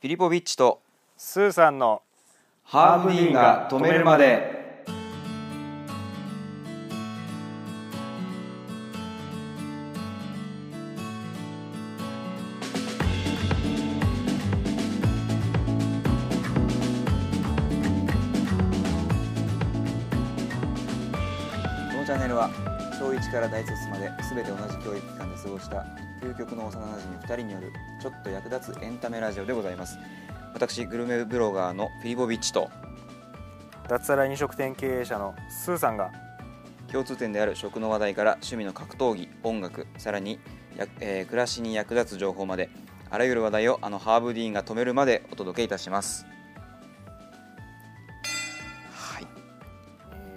フィリポビッチとスーさんのハーブディーンが止めるまでこのチャンネルは小1から大卒まで全て同じ教育機関で過ごした究極の幼なじみ2人によるちょっと役立つエンタメラジオでございます私グルメブロガーのフィリボビッチと脱サラ飲食店経営者のスーさんが共通点である食の話題から趣味の格闘技音楽さらにや、えー暮らしに役立つ情報まであらゆる話題をあのハーブディーンが止めるまでお届けいたしますはい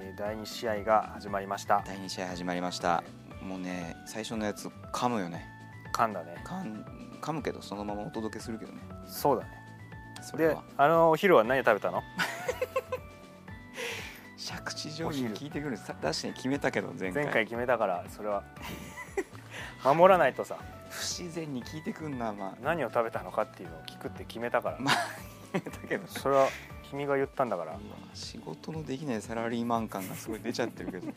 えー第2試合が始まりました第2試合始まりましたもうね最初のやつ噛むよね噛んだね噛ん噛むけどそのままお届けするけどねそうだねそれではあのお昼は何食べたの借地上おに昼聞いてくるんですさ確かに決めたけど前回前回決めたからそれは 守らないとさ不自然に聞いてくんな まあ何を食べたのかっていうのを聞くって決めたからまあ決めたけどそれは君が言ったんだから仕事のできないサラリーマン感がすごい出ちゃってるけど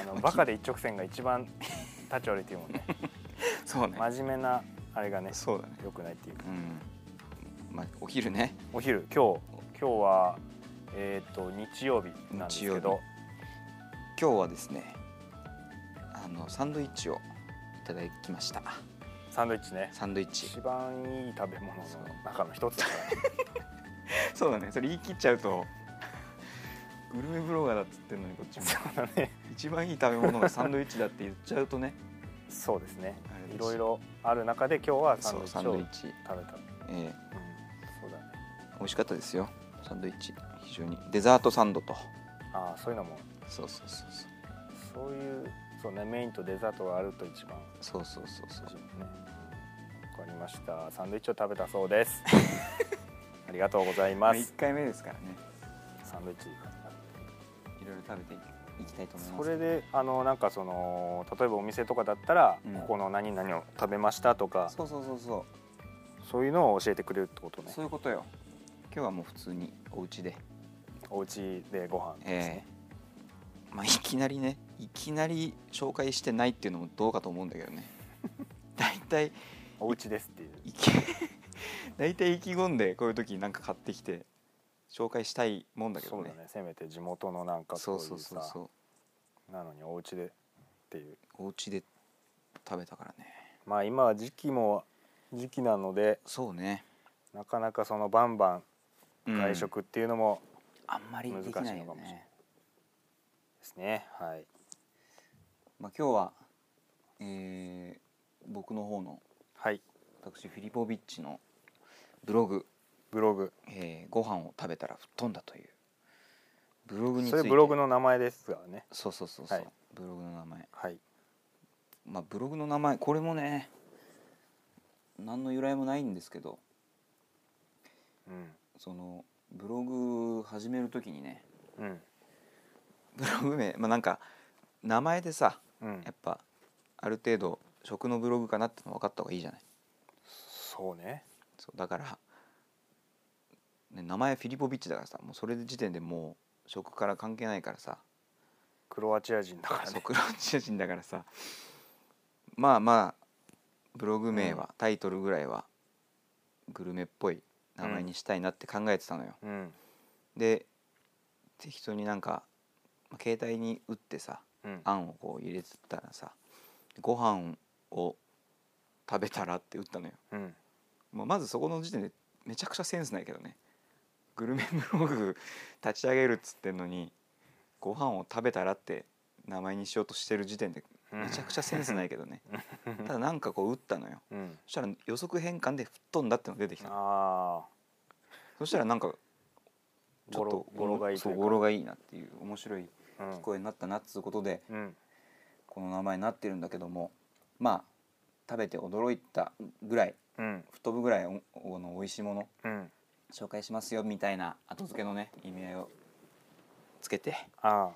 あのバカで一直線が一番立ち悪いっていう もんね そうね真面目なあれがねそうだね良くないっていうかうんまあお昼ねお昼今日今日はえっ、と日曜日なんです日け曜ど今日はですねあのサンドイッチをいただきましたサンドイッチねサンドイッ チ一番いい食べ物の中の一つだからねそうだねそれ言い切っちゃうとグルメブロガーだっつってんのにこっちもそうだね一番いい食べ物がサンドイッチだって言っちゃうとねそうですねあれですいろいろある中で今日はサンドそイうッチ サをンド食イべッチ、た、うん、えそうだねえ美味しかったですよサンドイッチ非常にデザートサンドとああそういうのもそうそうそうそうそういうそうねメインとデザートがあると一番そうそうそうそう美味しいもんねわかりましたサンドイッチを食べたそうです ありがとうございまあま一す回目ですからねサンドイッチいろいろ食べていきたいと思いまそすれであのなんかその例えばお店とかだったら、うんここの何々を食べましたとかそうそうそうそうそういうのを教えてくれるってことねそういうことよ今日はもう普通にお家で お家でご飯ですえね、ーまあいきなりねいきなり紹介してないっていうのもどうかと思うんだけど ね大体お家ですっていういき 大体意気込んでこういう時になんか買ってきて紹介したいもんだけそどうだねねせめて地元のなんかそそうういそううそうさそうなのにお家でっていうお家で食べたからねまあ今は時期も時期なのでそうね、なかなかそのバンバうんン外食っていうのもあんまりできないよ難しいのかもしれなねいですね、はいまあ今日はえー僕の方のはい私フィリポビッチのブログブログえーご飯を食べたら吹っ飛んだというブログについそてれブログの名前ですがねそうそうそうそう、はいブログの名前はいまあブログの名前これもね何の由来もないんですけどうそのブログ始める時にねんうんブログ名まあなんか名前でさうんやっぱある程度食のブログかなっての分かった方がいいじゃないそうねそうだから、ね、名前フィリポビッチだからさもうそれ時点でもう食から関係ないからさクロアチア人だからそうねクロアチア人だからさまあまあブログ名は、タイトルぐらいはグルメっぽい名前にしたいなって考えてたのよ、うんで適当になんかまあ携帯に打ってさうんあんをこう入れてたらさご飯を食べたらって打ったのよ、うんまあ、まずそこの時点でめちゃくちゃセンスないけどねグルメブログ立ち上げるっつってんのにご飯を食べたらって名前にしようとしてる時点でめちゃくちゃセンスないけどねただなんかこう打ったのよ うんそしたら予測変換で吹っ飛んだってのが出てきたのああそしたらなんかちょゴっロとゴロがいいそうと語いう呂がいいなっていう面白いかうん声になったなっつうことでうんこの名前になってるんだけどもまあ食べて驚いたぐらいうん吹っ飛ぶぐらいおおの美味しいものうん紹介しますよみたいな後付けのね意味合いをつけてああ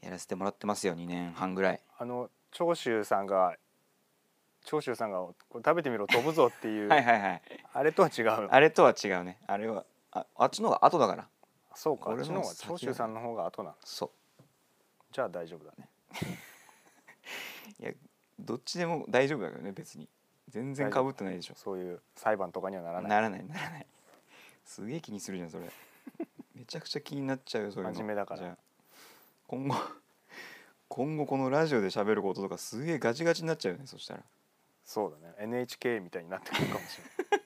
やらせてもらってますよ2年半ぐらいあの長州さんが長州さんがこれ食べてみろ飛ぶぞっていう、はいはいはいあれとは違うのあれとは違うねあれはああっちの方が後だからそうかあっ俺ちのの方が先長州さんの方が後なんだそうじゃあ大丈夫だねいやどっちでも大丈夫だけどね別に全然かぶってないでしょそういう裁判とかにはならないならないならないすげえ気にするじゃんそれめちゃくちゃ気になっちゃうよそういうの真面目だからじゃあ今後今後このラジオで喋ることとかすげえガチガチになっちゃうよねそしたらそうだね NHK みたいになってくるかもしれ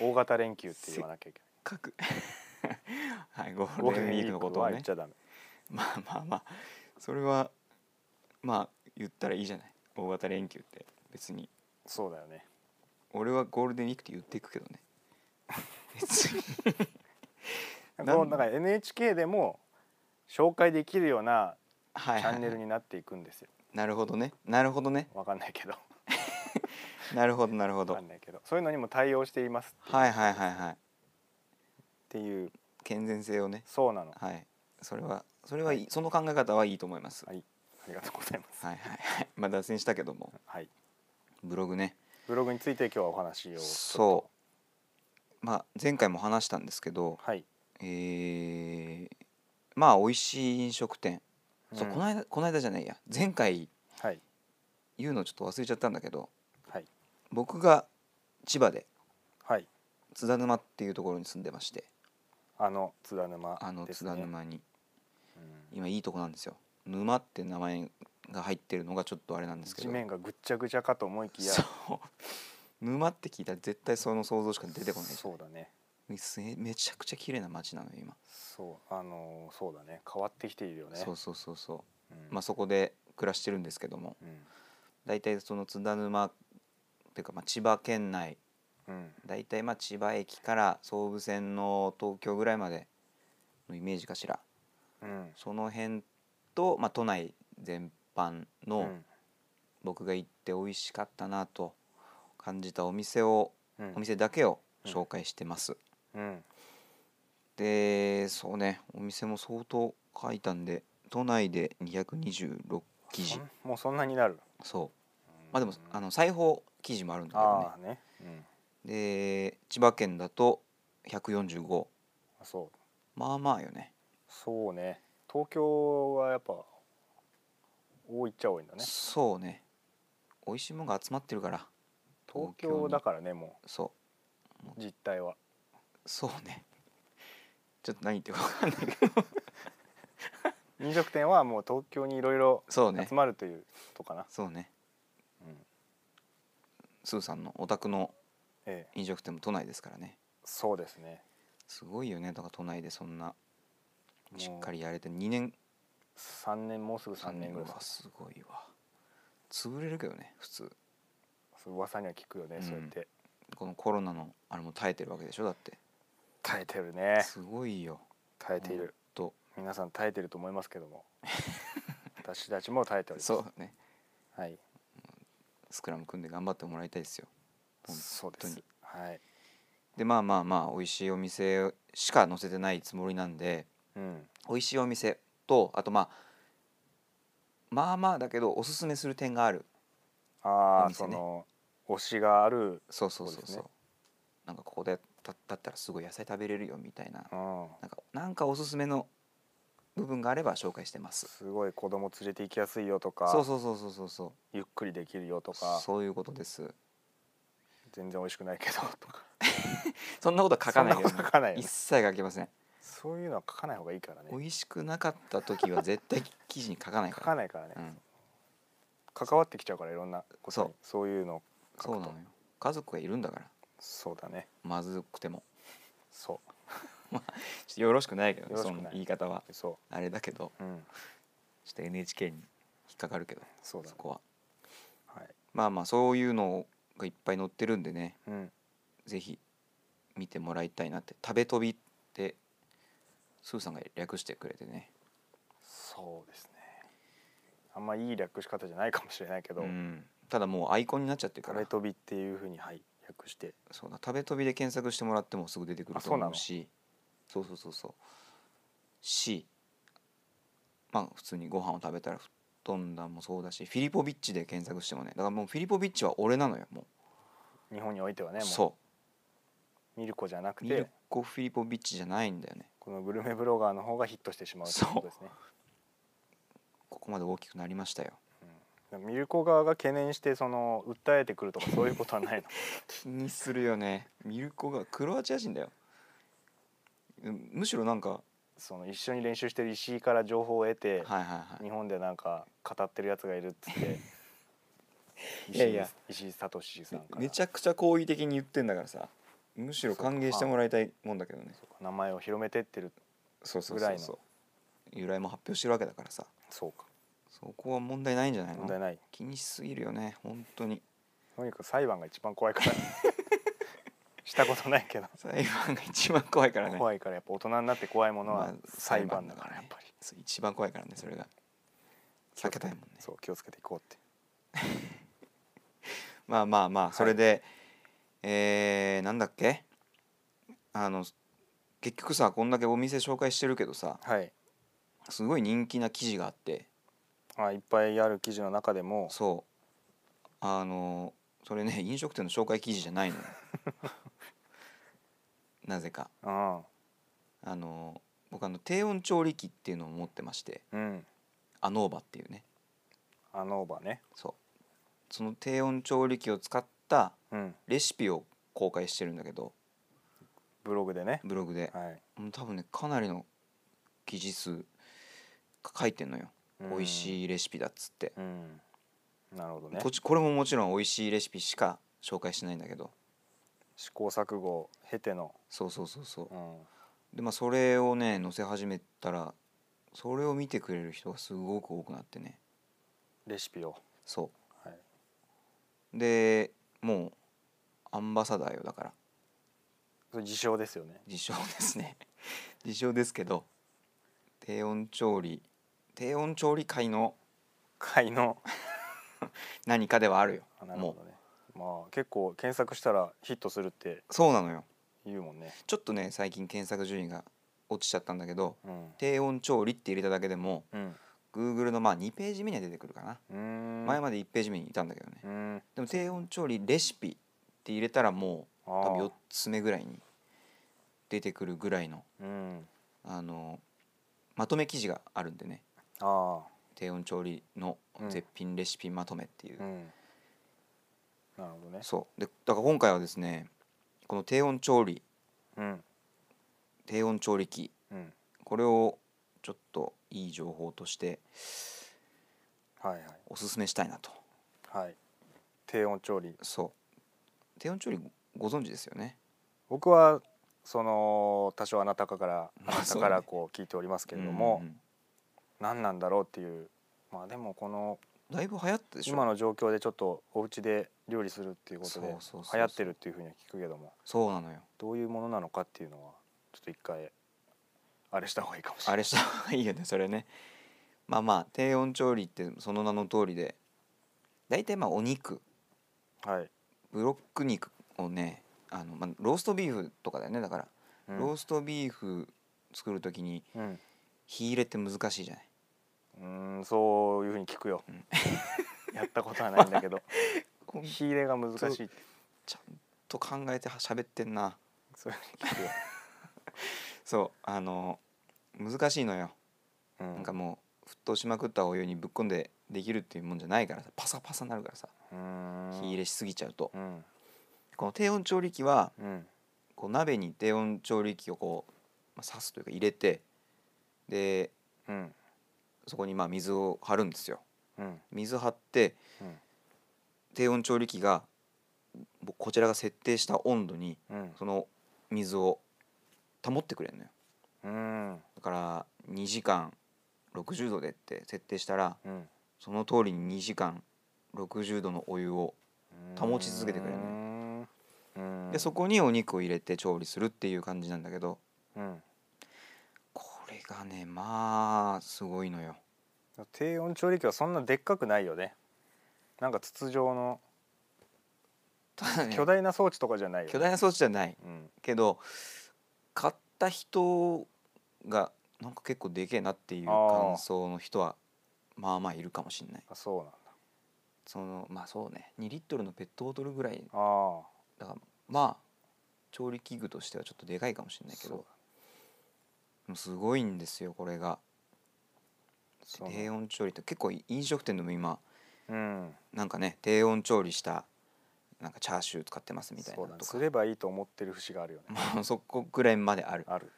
ない大型連休って言わなきゃいけ各 はいゴないゴーールデルンウデンィーウィクーのこクのこととをは言ねっちゃダメまあまあまあそれはまあ言ったらいいじゃない大型連休って別にそうだよね俺はゴールデンウィークって言っていくけ どね別になこんのなんか NHK でも紹介できるようなはチいはいャンはネい、ルになっていくんですよなるほどねなるほどねわかんないけどなるほどなるほどわはかいんないけどそういうのにも対応していますはいはいはいっていう健全性をねそうなのあはいそれはそれはいいその考え方はいいと思いますははいいりがとうございますはいはい まあ脱線したけどもはいブログねブログについて今日はお話をそうまあ前回も話したんですけどはいえー、まあ美味しい飲食店、そううんこの間この間じゃないや前回はい言うのちょっと忘れちゃったんだけどはい僕が千葉ではい津田沼っていうところに住んでましてあの津田沼あのです津ね田沼にうん今いいとこなんですよ沼って名前が入ってるのがちょっとあれなんですけ地ど面がぐっちゃぐちゃかと思いきやそう沼って聞いたら絶対その想像しか出てこないじそうだねゃんすげめちゃくちゃ綺麗な街なのよ今、そうあのーそうだね変わってきているよねそうそうそうそううんまあそこで暮らしてるんですけどもうん大体その津田沼っていうかまあ千葉県内うん大体まあ千葉駅から総武線の東京ぐらいまでのイメージかしらうんその辺と、まあ、都内全般うのん僕が行って美味しかったなと感じたお店を、うんお店だけをうん紹介してます、うんでそうねお店も相当書いたんで都内で226記そ事んもうそんなになるそうまあでもあの裁縫記事もあるんだけどああねうんねで千葉県だと145そうまあまあよねそうね東京はやっぱ多いっちゃ多いんだねそうね美味しいもんが集まってるから東東京京にだからねもそうう実態はそうねちょっと何言ってるか分かんないけど飲食店はもう東京にいろいろそうね集まるということかな、そうねうんスーさんのお宅のええ飲食店も都内ですからねそうですねすごいよねだから都内でそんなしっかりりやれて2年3年もうすぐ3年ぐらいはですごいわ潰れるけどね普通す噂には聞くよね、うんそうやってこのコロナのあれも耐えてるわけでしょだって耐えてるねすごいよ耐えている、ほん皆さん耐えてると思いますけ ども私たちも耐えておとりますそうねはいスクラム組んで頑張ってもらいたいですよ本そうで当すにはいでまあまあまあ美味しいお店しか載せてないつもりなんでうん美味しいお店とあとまあまあまあだけどおすすめする点があるあおあ、店そねの推しがあるそうそうそうそうですそう、ねなんかここでだだったらすごい野菜食べれるよみたいなうんなんかなんかおすすめの部分があれば紹介してますすごい子供連れて行きやすいよとかそうそうそうそうそうそうゆっくりできるよとかそういうことです全然美味しくないけどとかそんなことは書かないけどそんなこと書かないよね一切書きません、そういうのは書かない方がいいからね美味しくなかった時は絶対記事に書かない書かからないからね、うん、関わってきちゃうからいろんなことにそうそういうのを書くそうとなのよ家族がいるんだからそうだねまずくてもそちょっとよろしくないけど、ね、よろしくそないの言い方はうそあれだけどううんちょっと NHK に引っかかるけどそうだそねこははいまあまあそういうのがいっぱい載ってるんでねうんぜひ見てもらいたいなって食べ飛びってスーさんが略してくれてねそうですねあんまいい略し方じゃないかもしれないけど、うん、ただもうアイコンになっちゃってるか食らべ飛びっていうふうにはい略してそうだ食べ飛びで検索してもらってもすぐ出てくるあとそう思なのうしそうそうそうそうしまあ普通にご飯を食べたらふトンダもそうだしフィリポビッチで検索してもねだからもうフィリポビッチは俺なのよも日本においてはねうもうそミルコじゃなうくミルてコ・フィリポビッチじゃないんだよねこのグルメブロガーの方がヒットしてしまうということですねここまで大きくなりましたよミルコ側が懸念してその訴えてくるとかそういうことはないの 気にするよねミルコがクロアチア人だようんむしろなんかその一緒に練習してる石井から情報を得て、はいはいはい日本でなんか語ってるやつがいるっつって いやいや石井石井聡さんからめめちゃくちゃ好意的に言ってんだからさむしろそうか歓迎してもらいたいもんだけどね名前を広めてってるそうそうぐらそいうのそう由来も発表してるわけだからさそうかそこは問題ないんじゃないの問題ない気にしすぎるよね本当にとにかく裁判が一番怖いから したことないけど、裁判が一番怖いからね怖いからやっぱ大人になって怖いものまはあ裁判だからやっ裁判だぱかり、そう一番怖いからねそれが避けたいもんねそう気をつけていこうってまあまあまいあそれで、えーなんだっけあの結局さこんだけお店紹介してるけどさはいすごい人気な記事があってあいっぱいある記事の中でもそうあのそれね飲 食店の紹介記事じゃないのよなぜかうんあの僕あの低温調理器っていうのを持ってましてうんアノーバっていうねアノーバねそうその低温調理器を使ったうんレシピを公開してるんだけどブログでねブログではいもう多分ねかなりの記事数書いてんのよ、美味いしいレシピだっつって、うんなるほどねこっちこれももちろん美味しいレシピしか紹介してないんだけど試行錯誤を経ての、そうそうそうそううん、でまあそれをね載せ始めたらそれを見てくれる人がすごく多くなってねレシピをそはいうでもうアンバサダーよだからそれ自称ですよね自称ですね 自称ですけど低温調理低温調理界の会 の何かではあるよあなるもほどねまあ結構検索したらヒットするってうそうなのよ言うもんねちょっとね最近検索順位が落ちちゃったんだけどうん低温調理って入れただけでもうん Google のまあ2ページ目には出てくるかな、うーん前まで1ページ目にいたんだけどね、うんでも低温調理レシピって入れたらもあう多分ー4つ目ぐらいに出てくるぐらいのうんあのまとめ記事があるんでねあ低温調理のうん絶品レシピまとめっていうあう、んなるほどねそうでだから今回はですねこの低温調理うん低温調理器うんこれをちょっといい情報としてはいはいおすすめしたいなとはい低温調理そう低温調理ごご存知ですよね僕はその多少あなたかからあ まあなたそうかだねらこう聞いておりますけれども、うんうん何なんだろうっていうまあでもこのうんだいぶ流行ったでしょ今の状況でちょっとお家で料理するっていうこそとでうそうそうそう流行ってるっていうふうには聞くけどもそうなのよどういうものなのかっていうのはちょっと一回あれした方がいいかもしれあない。れした方がいいよねそれねまあまあ低温調理ってその名の通りで大体まあお肉はいブロック肉をねあの、まあ、ローストビーフとかだよねだから、うんローストビーフ作る時にうん火入れって難しいじゃないうーんそういうふうに聞くようん。やったことはないんだ けどほん火入れが難しいってちゃんと考えては喋ってんなそういうふうに聞くよ。そうあの難しいのようなんかもう沸騰しまくったお湯にぶっこんでできるっていうもんじゃないからさパサパサになるからさうーん火入れしすぎちゃうと、うんこの低温調理器はうんこう鍋に低温調理器をこう、まあ、刺すというか入れてでうんそこにまあ水を張るんですようん水張ってうん低温調理器がぼこちらが設定した温度にうんその水を保ってくれるのようんだから2時間60度でって設定したらうんその通りに2時間60度のお湯を保ち続けてくれるねね。うんでそこにお肉を入れて調理するっていう感じなんだけどうんこれがねまあすごいのよ低温調理器はそんなでっかくないよねなんか筒状のただね 巨大な装置とかじゃないよ、ね、巨大な装置じゃないうんけど買った人がなんか結構でけえなっていうあー感想の人はまあまあいるかもしんないあそうなんだそのまあそうね2リットルのペットボトルぐらいああだからまあ調理器具としてはちょっとでかいかもしれないけそどうでもすごいんですよこれがそうなんだ低温調理って結構飲食店でも今うんなんかね低温調理したなんかチャーシュー使ってますみたいそうなだのねとかすればいいと思ってる節があるよねもうそこぐらいまであるある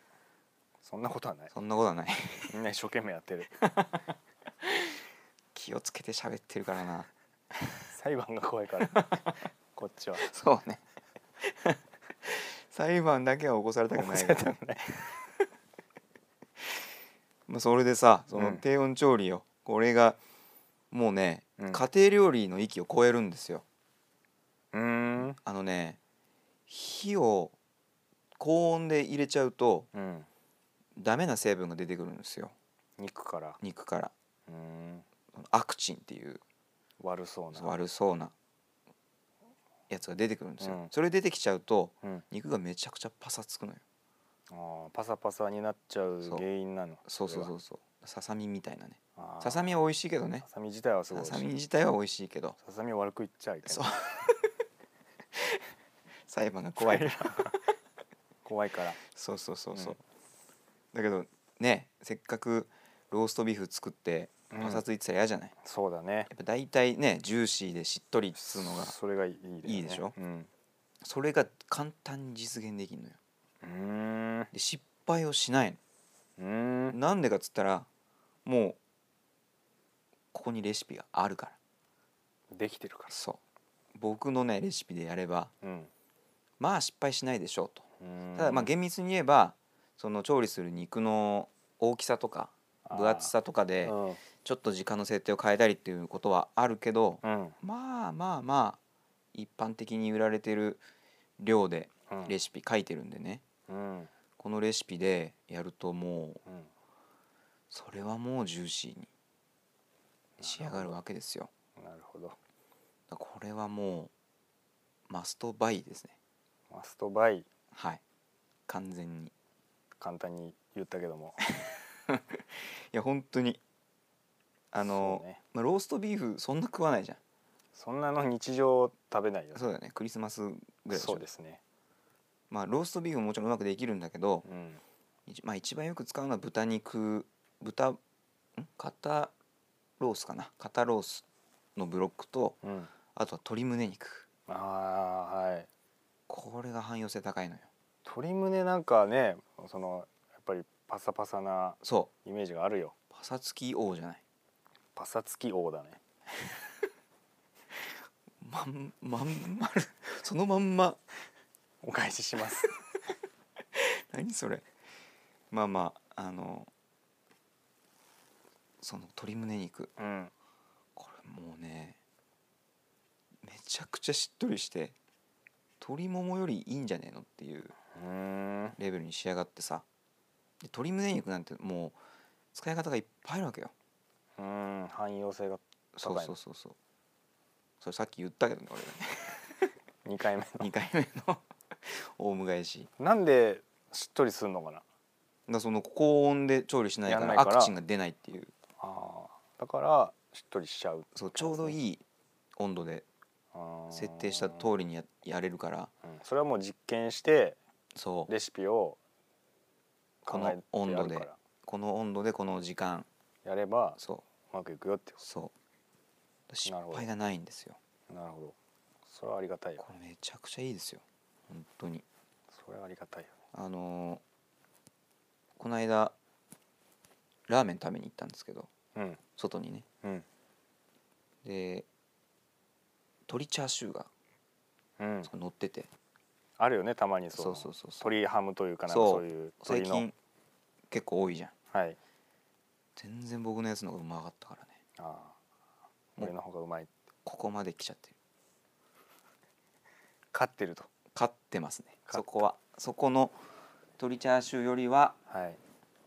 そんなことはないそんなことはない みんな一生懸命やってる気をつけて喋ってるからな裁判が怖いから こっちはそうね 裁判だけは起こされたくないから起こされたくないまあそれでさそうのん低温調理よ、これがもうね、うん家庭料理の域を超えるんですようーんあのね火を高温で入れちゃうとうんダメな成分が出てくるんですよ肉から肉からうーんアクチンっていう悪そうな悪そうなやつが出てくるんですよ、うんそれ出てきちゃうとうん、肉がめちゃくちゃパサつくのよあーパサパサになっちゃうそう原因なのそうそうそううそうささみみたいなねささささみは美味しいけどねみ自体はすごいささ美味しみい自体は美味しいけどささみ悪く言っちゃいけそなうい裁判が 怖いから怖いからそうそうそうそう、うんだけどねせっかくローストビーフ作ってうんパサついてたら嫌じゃない、そうだねやっぱ大体ねジューシーでしっとりっつうのがそれがいいだよねいいでしょうんそれが簡単に実現できるのようーんうで失敗をしないーのんなんでかっつったらもうここにレシピがあるからできてるかそう僕のねレシピでやればらうんまあ失敗しないでしょうとうーんただまあ厳密に言えばその調理する肉の大きさとか分厚さとかでうんちょっと時間の設定を変えたりっていうことはあるけどうんまあまあまあ一般的に売られてる量でうんレシピ書いてるんでねうんこのレシピでやるともううんそれはもうジューシーに仕上がるわけですよなるほどだからこれはもうマストバイですねマストバイはい完全にい簡単に言ったけどもや本当にあの、そうねまあ、ローストビーフそんな食わないじゃんそんなの日常食べないよそうだよねクリスマスぐらいしょそうですねまあローストビーフももちろんうまくできるんだけど、うん一まあ、一番よく使うのは豚肉豚ん肩ロースかな肩ロースのブロックとうんあとは鶏胸肉ああはいこれが汎用性高いのよ鶏胸なんかねそのやっぱりパサパサなそイメージがあるようパサつき王じゃないパサつき王だねまんまんまるそのまんまお返しします何それまあまああのその鶏胸肉うんこれもうねめちゃくちゃしっとりして鶏ももよりいいんじゃねえのっていううーんレベルに仕上がってさで鶏胸肉なんてもう使い方がいっぱいあるわけようん汎用性がそう高いそのうそうそうそれさっき言ったけどね俺 が2回目ね2回目の オウム返しだかのなんでしっとりするのかならその高温で調理しないかやんらないからアクチンが出ないっていうあーだからしっとりしちゃうそうちょうどいい温度で設定したり、通りにややれるからうんそれはもう実験してそうレシピをこ考のえて温や度るでからこの温度でこの時間やればそううまくいくよってこそう失なるほど敗がないんですよとなるほどそれはありがたいよこれめちゃくちゃいいですよ本当にそれはありがたいよあのーこの間ラーメン食べに行ったんですけどね外にねうんで鶏チャーシューがうんうんそこ乗っててあるよねたまにそうそうそうそうそう鳥ハムというかなんかそうそういう最鳥の近結構多いじゃんはい全然僕のやつの方がうまかったからねああ俺の方がうまいここまで来ちゃってる勝ってると勝ってますねそ勝ったこはそこの鶏チャーシューよりははい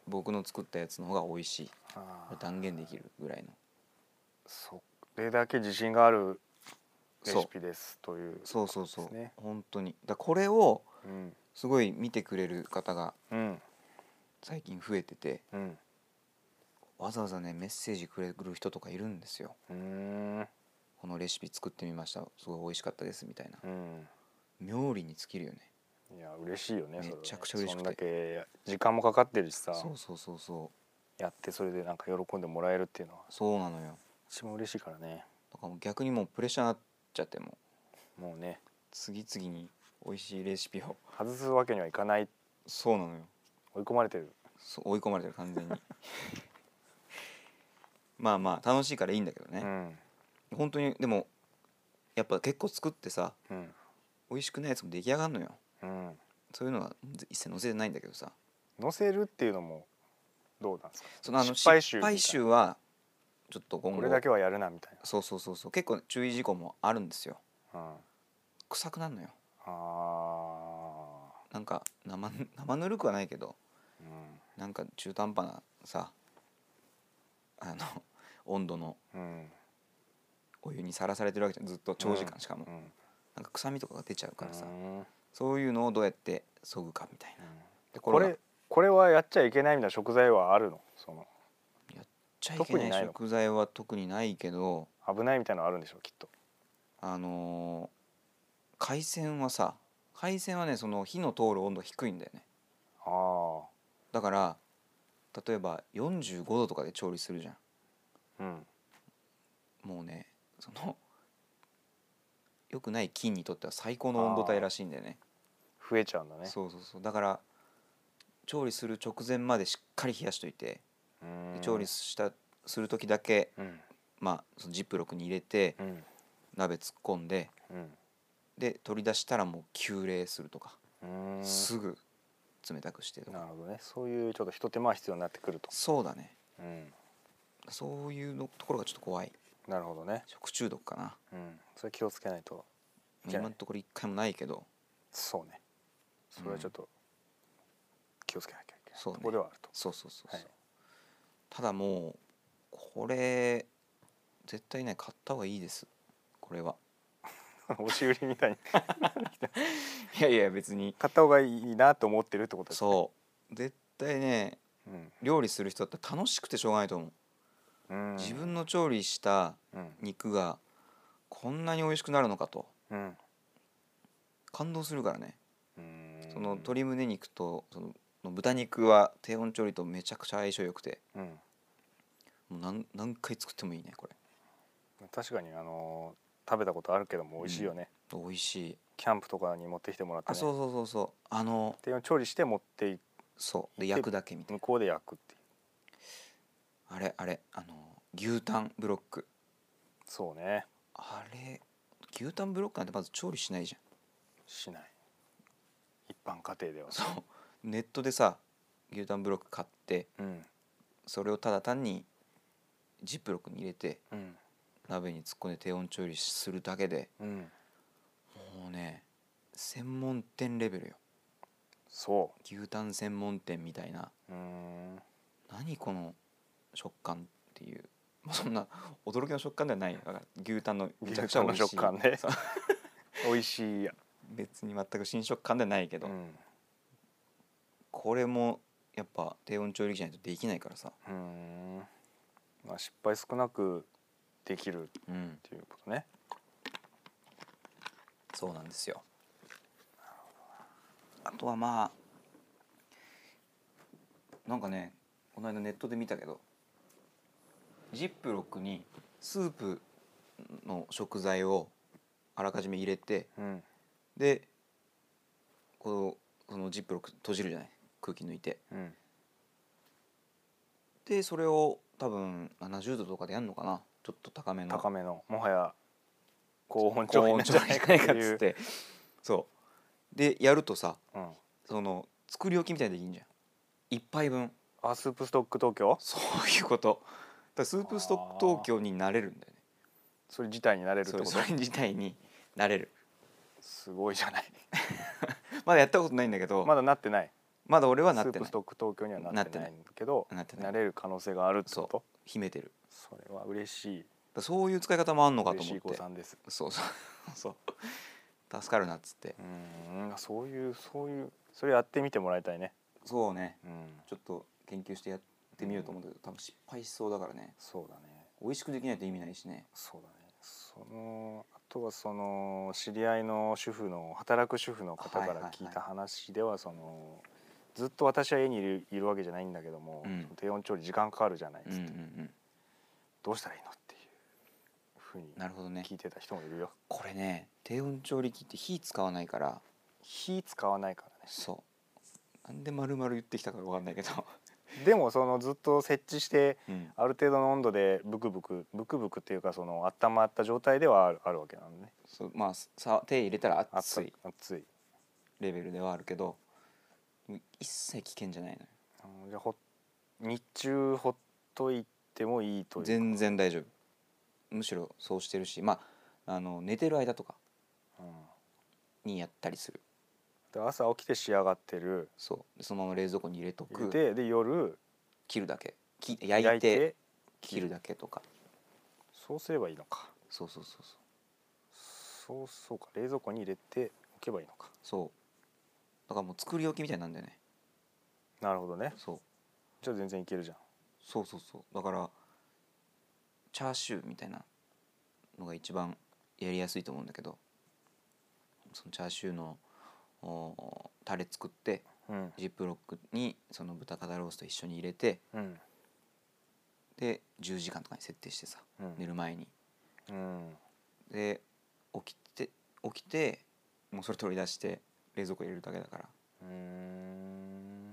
僕の作ったやつの方が美味しいああ断言できるぐらいのそれだけ自信があるレそうシピですというそうそうそう、ですね本当にだこれをうんすごい見てくれる方がうん最近増えててうんわざわざねメッセージくれる人とかいるんですようーんこのレシピ作ってみましたすごい美味しかったですみたいなうん妙利に尽きるよねいや嬉しいよねそれはねめちゃくちゃ嬉しくてそんだけ時間もかかってるしさそうそうそうそうやってそれでなんか喜んでもらえるっていうのはそうなのよ私も嬉しいからねだからもう逆にもうプレッシャーになっちゃってもうもうね次々に美味しいレシピを外すわけにはいかないそうなのよ追い込まれてるそう追い込まれてる完全に まあまあ楽しいからいいんだけどうね、ん本当にでもやっぱ結構作ってさうん美味しくないやつも出来上がんのようんそういうのは一切載せてないんだけどさ乗せるっていうのもどうなんですかそのあの失敗集失敗集はちょっと今後これだけはやるなみたいそうそうそうそう結構注意事項もあるんですよな、うん、あ臭くなるのよあなんか生 ぬ生ぬるくはないけどー、うなんか中途半端なさあの温度のんうん、お湯にさらされてるわけじゃんずっと長時間しかも、うん、なんか臭みとかが出ちゃうからさ、うんうんそういうのをどうやって削ぐかみたいなでこがれこれはやっちゃいけないみたいな食材はあるのそのちゃい特にけなないいの食材は特にないけど危ないみたいなのあるんでしょうきっとあのー海鮮はさ海鮮はねその火の通る温度低いんだよねあだから例えば45度とかで調理するじゃんあうんもうねその良くない菌にとっては最高の温度帯らしいんだよね増えちゃうんだねそうそうそうだから調理する直前までしっかり冷やしといて、うでん調理したする時だけ、うんまあ、そのジップロックに入れてうん鍋突っ込んでうんで取り出したらもう急冷するとか、うんすぐ冷たくしてとかなるほどねそういうちょっとひと手間は必要になってくると、そうだねうん、そういうのところがちょっと怖いなるほどね、食中毒かなうん、それ気をつけないといけ今なのいところ一回もないけどそうねそれはちょっと気をつけなきゃいけない、そうねところではあるとそうそうそうそう、はいただもうこれ絶対ね買った方がいいですこれは押し売りみたい にいやいや別に買った方がいいなと思ってるってことですねそう絶対ねうん料理する人だって楽しくてしょうがないと思う、うん自分の調理したうん肉がこんなに美味しくなるのかとうん感動するからね、うんその鶏胸肉とその豚肉は低温調理とめちゃくちゃ相性良くてうんもう何何回作ってもいいねこれ確かにあのー食べたことあるけども美味しいよね、美味しい、キャンプとかに持ってきてもらって、あね、そうそうそうそうあの低温調理して持っていそうで焼くだけみたい向こうで焼くっていうなあれあれあの牛タンブロックそうねあれ牛タンブロックなんてまず調理しないじゃんしない一般家庭ではそうネットでさ牛タンブロック買ってうんそれをただ単にジップロックに入れてうん鍋に突っ込んで低温調理するだけでうんもうね専門店レベルよそ牛タン専門店みたいなううーん何この食感っていう、まあ、そんな驚きの食感ではないよだから牛タンのめちゃくちゃ美味しい牛タンの食感ねそう 美味しいや、別に全く新食感ではないけど、うんこれもやっぱ低温調理器じゃないとできないからさ、うーんまあ失敗少なくできるっうん、ていうことねそうなんですよあとはまあなんかねこの間ネットで見たけどジップロックにスープの食材をあらかじめ入れてうんでこうそのジップロック閉じるじゃない空気抜いてうんでそれを多分70度とかでやるのかなちょっと高めの高めのもはや高温高調理な温んじ調ゃ理じないゃなかいかってっいつうっ、てそうでやるとさうん、その作り置きみたいでいいんじゃん一杯分あスープストック東京そういうことだからスープストック東京になれるんだよねそれ自体になれるってそこれとそれ自体になれるすごいじゃないまだやったことないんだけどまだまだなってない俺はなっスてープないストック東京にはなってないけどなってないれる可能性があるってこと秘めてるだかそれは嬉しいらそういう使い方もあんのかと嬉し思いっ子てさんですそうそうそう 助かるなっつってうーんそういうそういうそれやってみてもらいたいねそうねうんちょっと研究してやってみようと思うんだけど多分失敗しそうだからねそうだね美味しくできないと意味ないしねそうだねそのあとはその知り合いの主婦の働く主婦の方かはいはいはらい聞いた話ではそのずっと私は家にいるいるわけじゃないんだけども、うん低温調理時間かかるじゃないっつうっんうて、んうんどうしたらいいのっていうふうになるほどね聞いてた人もいるよこれね低温調理器って火使わないから火使わないからそうなんで丸々言ってきたか分かんないけど、ねでもそのずっと設置してうん、ある程度の温度でブクブクブクブクっていうかその温まった状態ではあるあるわけなのね そうまあさ手入れたらあ熱い熱いレベルではあるけどもう一切危険じゃないのようんじゃあほ日中ほっといてもいいという全然大丈夫むしろそうしてるしまああの寝てる間とかうんにやったりするで朝起きて仕上がってるそうでそのまま冷蔵庫に入れとくでで夜切るだけき焼いて焼いて切るだけとかそうすればいいのかそうそうそうそうそうそうか冷蔵庫に入れておけばいいのかそうだからもう作り置きみたいになんだよねなるほどねそうじゃあ全然いけるじゃんそうそうそうだからチャーシューみたいなのが一番やりやすいと思うんだけどそのチャーシューのおータレ作ってうんジップロックにその豚肩ロースと一緒に入れてうんで10時間とかに設定してさうん寝る前にうんで起きて起きてもうそれ取り出して冷蔵庫入れるだけだからうーん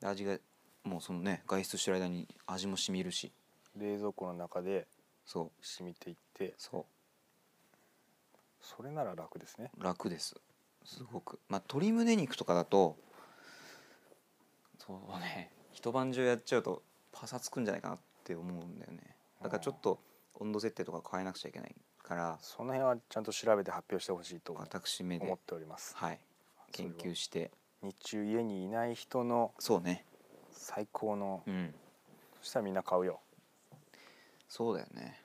で味がもうそのね外出してる間に味も染みるし冷蔵庫の中でそう染みていってそそれなら楽ですねう楽ですすごくまあ鶏胸肉とかだとそうね一晩中やっちゃうとパサつくんじゃないかなって思うんだよねだからちょっと温度設定とか変えなくちゃいけないからその辺はちゃんと調べて発表してほしいと私目思でっておりますはいそれ研は究して日中家にいない人のそうね最高のうんそしたらみんな買うよそうだよね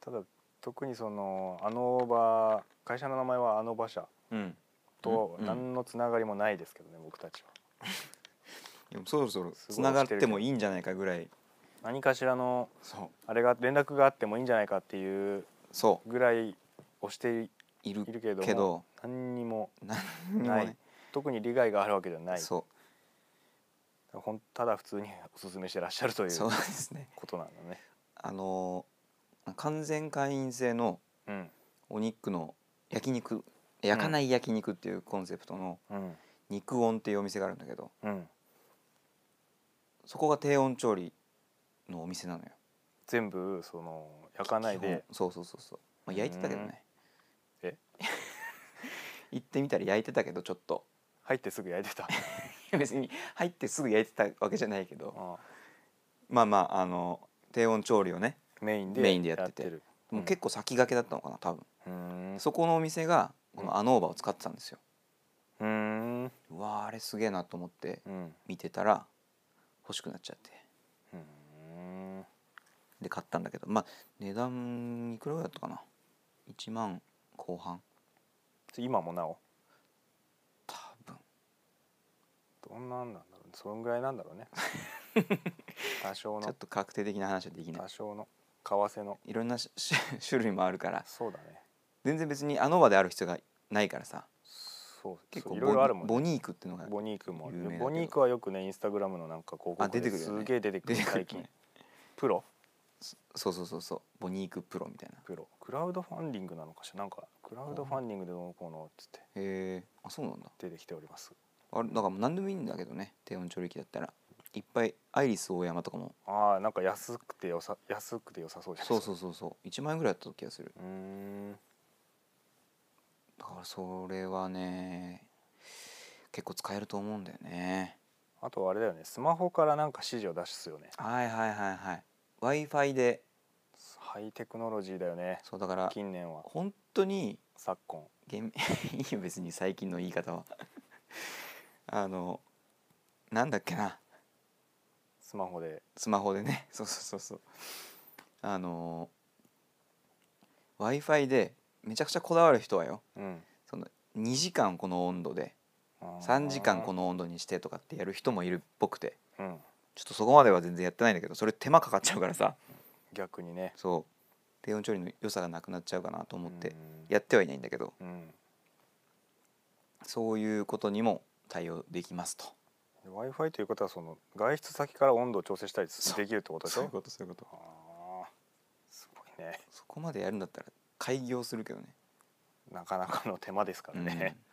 ただ特にそのあの場会社の名前はあの場社うんとうんうん何のつながりもないですけどね、僕たちはでもそろそろすごいつながってもいいんじゃないかぐらい何かしらのそうあれが連絡があってもいいんじゃないかっていうそぐらいをしてういるいるけどもけど何にも何にもない、ね特に利害があるわけじゃないそほんただ普通におすすめしてらっしゃるというそうですねことなんだねあのー完全会員制のうんお肉の焼肉焼かない焼肉っていうコンセプトのうん肉温っていうお店があるんだけどうんそこが低温調理のお店なのよ全部その焼かないで基本そうそうそうそう、まあ、焼いてたけどねうんえ 行ってみたら焼いてたけどちょっと入ってすぐ焼いて た、別に入ってすぐ焼いてたわけじゃないけどあまあまああの低温調理をねあメインでメインでやっててるもう結構先駆けだったのかな多分、うーんそこのお店がこのアノーバを使ってたんですよ、うーんうわーあれすげえなと思ってうん見てたら欲しくなっちゃってうーんで買ったんだけどまあ値段いくらぐらいだったかな1万後半今もなお多分どんなんなんだろうねそんぐらいなんだろう ね多少ちょっのと確定的な話はできない多少の為替のいろんな し種類もあるからそうだね全然別にあの場である必要がないからさそう結構そういボろいろあるもん、ね、ボニークっていうのがボニークもある有名だけどボニークはよくねインスタグラムのなんか広あ告出てでくるよねすげえ出てくる出てくる最よ近 ねプロそうそうそうそうボニークプロみたいなプロクラウドファンディングなのかしらなんかクラウドファンディングでどうのこうのっつってへえあそうなんだ出てきておりますあれだからもう何でもいいんだけどね低温調理器だったらいっぱいアイリスオーヤマとかもああなんか安くてよさ安くて良さそうじゃないそううそうそう そう1万円ぐらいだった気がするうーんだからそれはね結構使えると思うんだよねあとはあれだよねスマホからなんか指示を出すよねはいはいはいはい w i f i でハイテクノロジーだよねそうだから近年は本当に昨今厳 いいよ別に最近の言い方はあのなんだっけなスマホでスマホでねそうそうそうそうあの w i f i でめちゃくちゃこだわる人はようんその2時間この温度で3時間このの温度にしてとかってやる人もいるっぽくてうん、ちょっとそこまでは全然やってないんだけどそれ手間かかっちゃうからさ逆にねそう低温調理の良さがなくなっちゃうかなと思ってうんやってはいないんだけどうん、そういうことにも対応できますと w i f i ということはその外出先から温度を調整したりそうできるってことでしそういうょことそういうことあーすごいねそこまでやるんだったら開業するけどねなかなかの手間ですからね、うん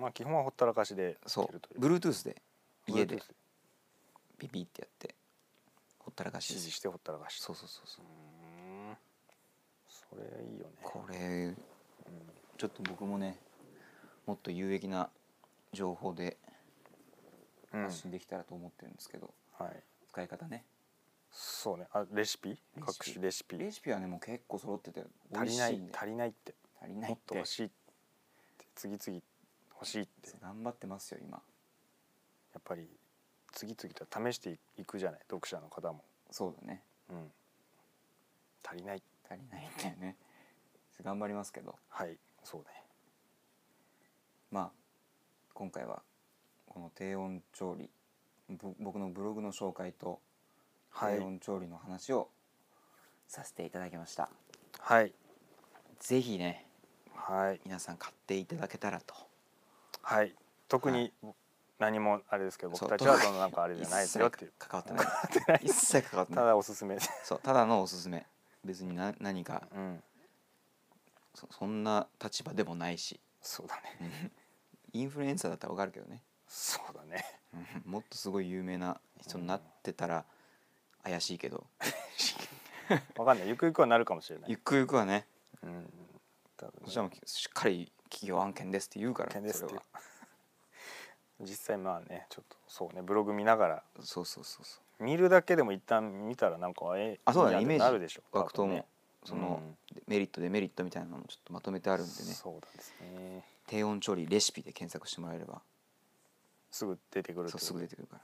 まあ基本はほったらかしで うん、そいけるという Bluetooth で家で Bluetooth ピピってやってほったらかし指です示してほったらかしそうそうそうそううんそれいいよねこれうんちょっと僕もねもっと有益な情報でうん発信できたらと思ってるんですけど、はい、使い方ねそうねあレシピピ各種レシピレシピはねもう結構揃ってて美足味りしないいんで足りないって足りないもっっとて欲しいって次々欲しいってそう頑張ってますよ今やっぱり次々と試していくじゃない読者の方も、そうだねうん、足りない足りないんだよね頑張りますけどはいそうねまあ今回はこの低温調理ぼ僕のブログの紹介とはい低温調理の話をさせていただきました、はいぜひねはい皆さん買っていただけたらとはい特はにい何もあれですけどそう僕たちは特そにのなんかあれじゃないですよっていう 一切関わってない一切関わってたないだおすすめそうただのおすすめ別にな何かうんそそんな立場でもないしそうだねインフルエンサーだったらわかるけどね そうだねうんもっとすごい有名な人になってたら怪しいけど、わかんないゆくゆくはなるかもしれないゆくゆくはねうん多分ねそしたらもうしっかり企業案件ですって言うから案件ですそっれていうは実際まあねちょっとそうねブログ見ながらそうそうそうそ見るだけでも一旦見たらなんかえあそうだねいいなってイメージなるでしょう学徒も、多分ねその、うんメリットデメリットみたいなのもちょっとまとめてあるんでねそうなんですね低温調理レシピで検索してもらえればすぐ出てくるそうすぐ出てくるから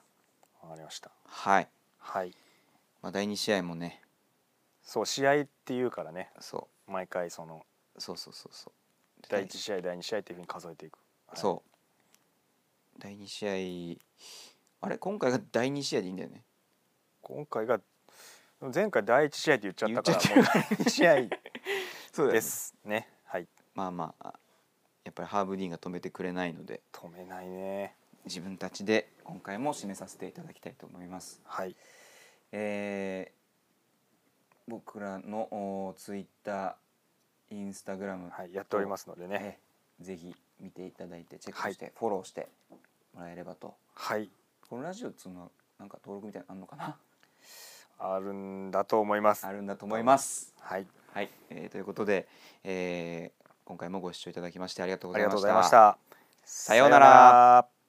わかりましたはい、はいまあ、第2試合もねそう試合っていうからねそ毎回そのうそうそうそうそう第一試合第二試合っていうふうに数えていく、はいそう第2試合あれ今回が第2試合でいいんだよね今回が前回第一試合って言っちゃったから言もう第二試合そうでね、す ねはいまあまあやっぱりハーブ・ディーンが止めてくれないので止めないね自分たちで今回も締めさせていただきたいと思いますはいえー僕らのツイッターインスタグラムはいやっておりますのでねねぜひ見ていただいてチェックして、フォローしてもらえればとはいこのラジオっつうのはなんか登録みたいなのあんのかなあるんだと思いますあるんだと思いますはいはい、えーということで、えー今回もご視聴いただきましてありがとうごあざいりまがとうしございましたたさようならさようなら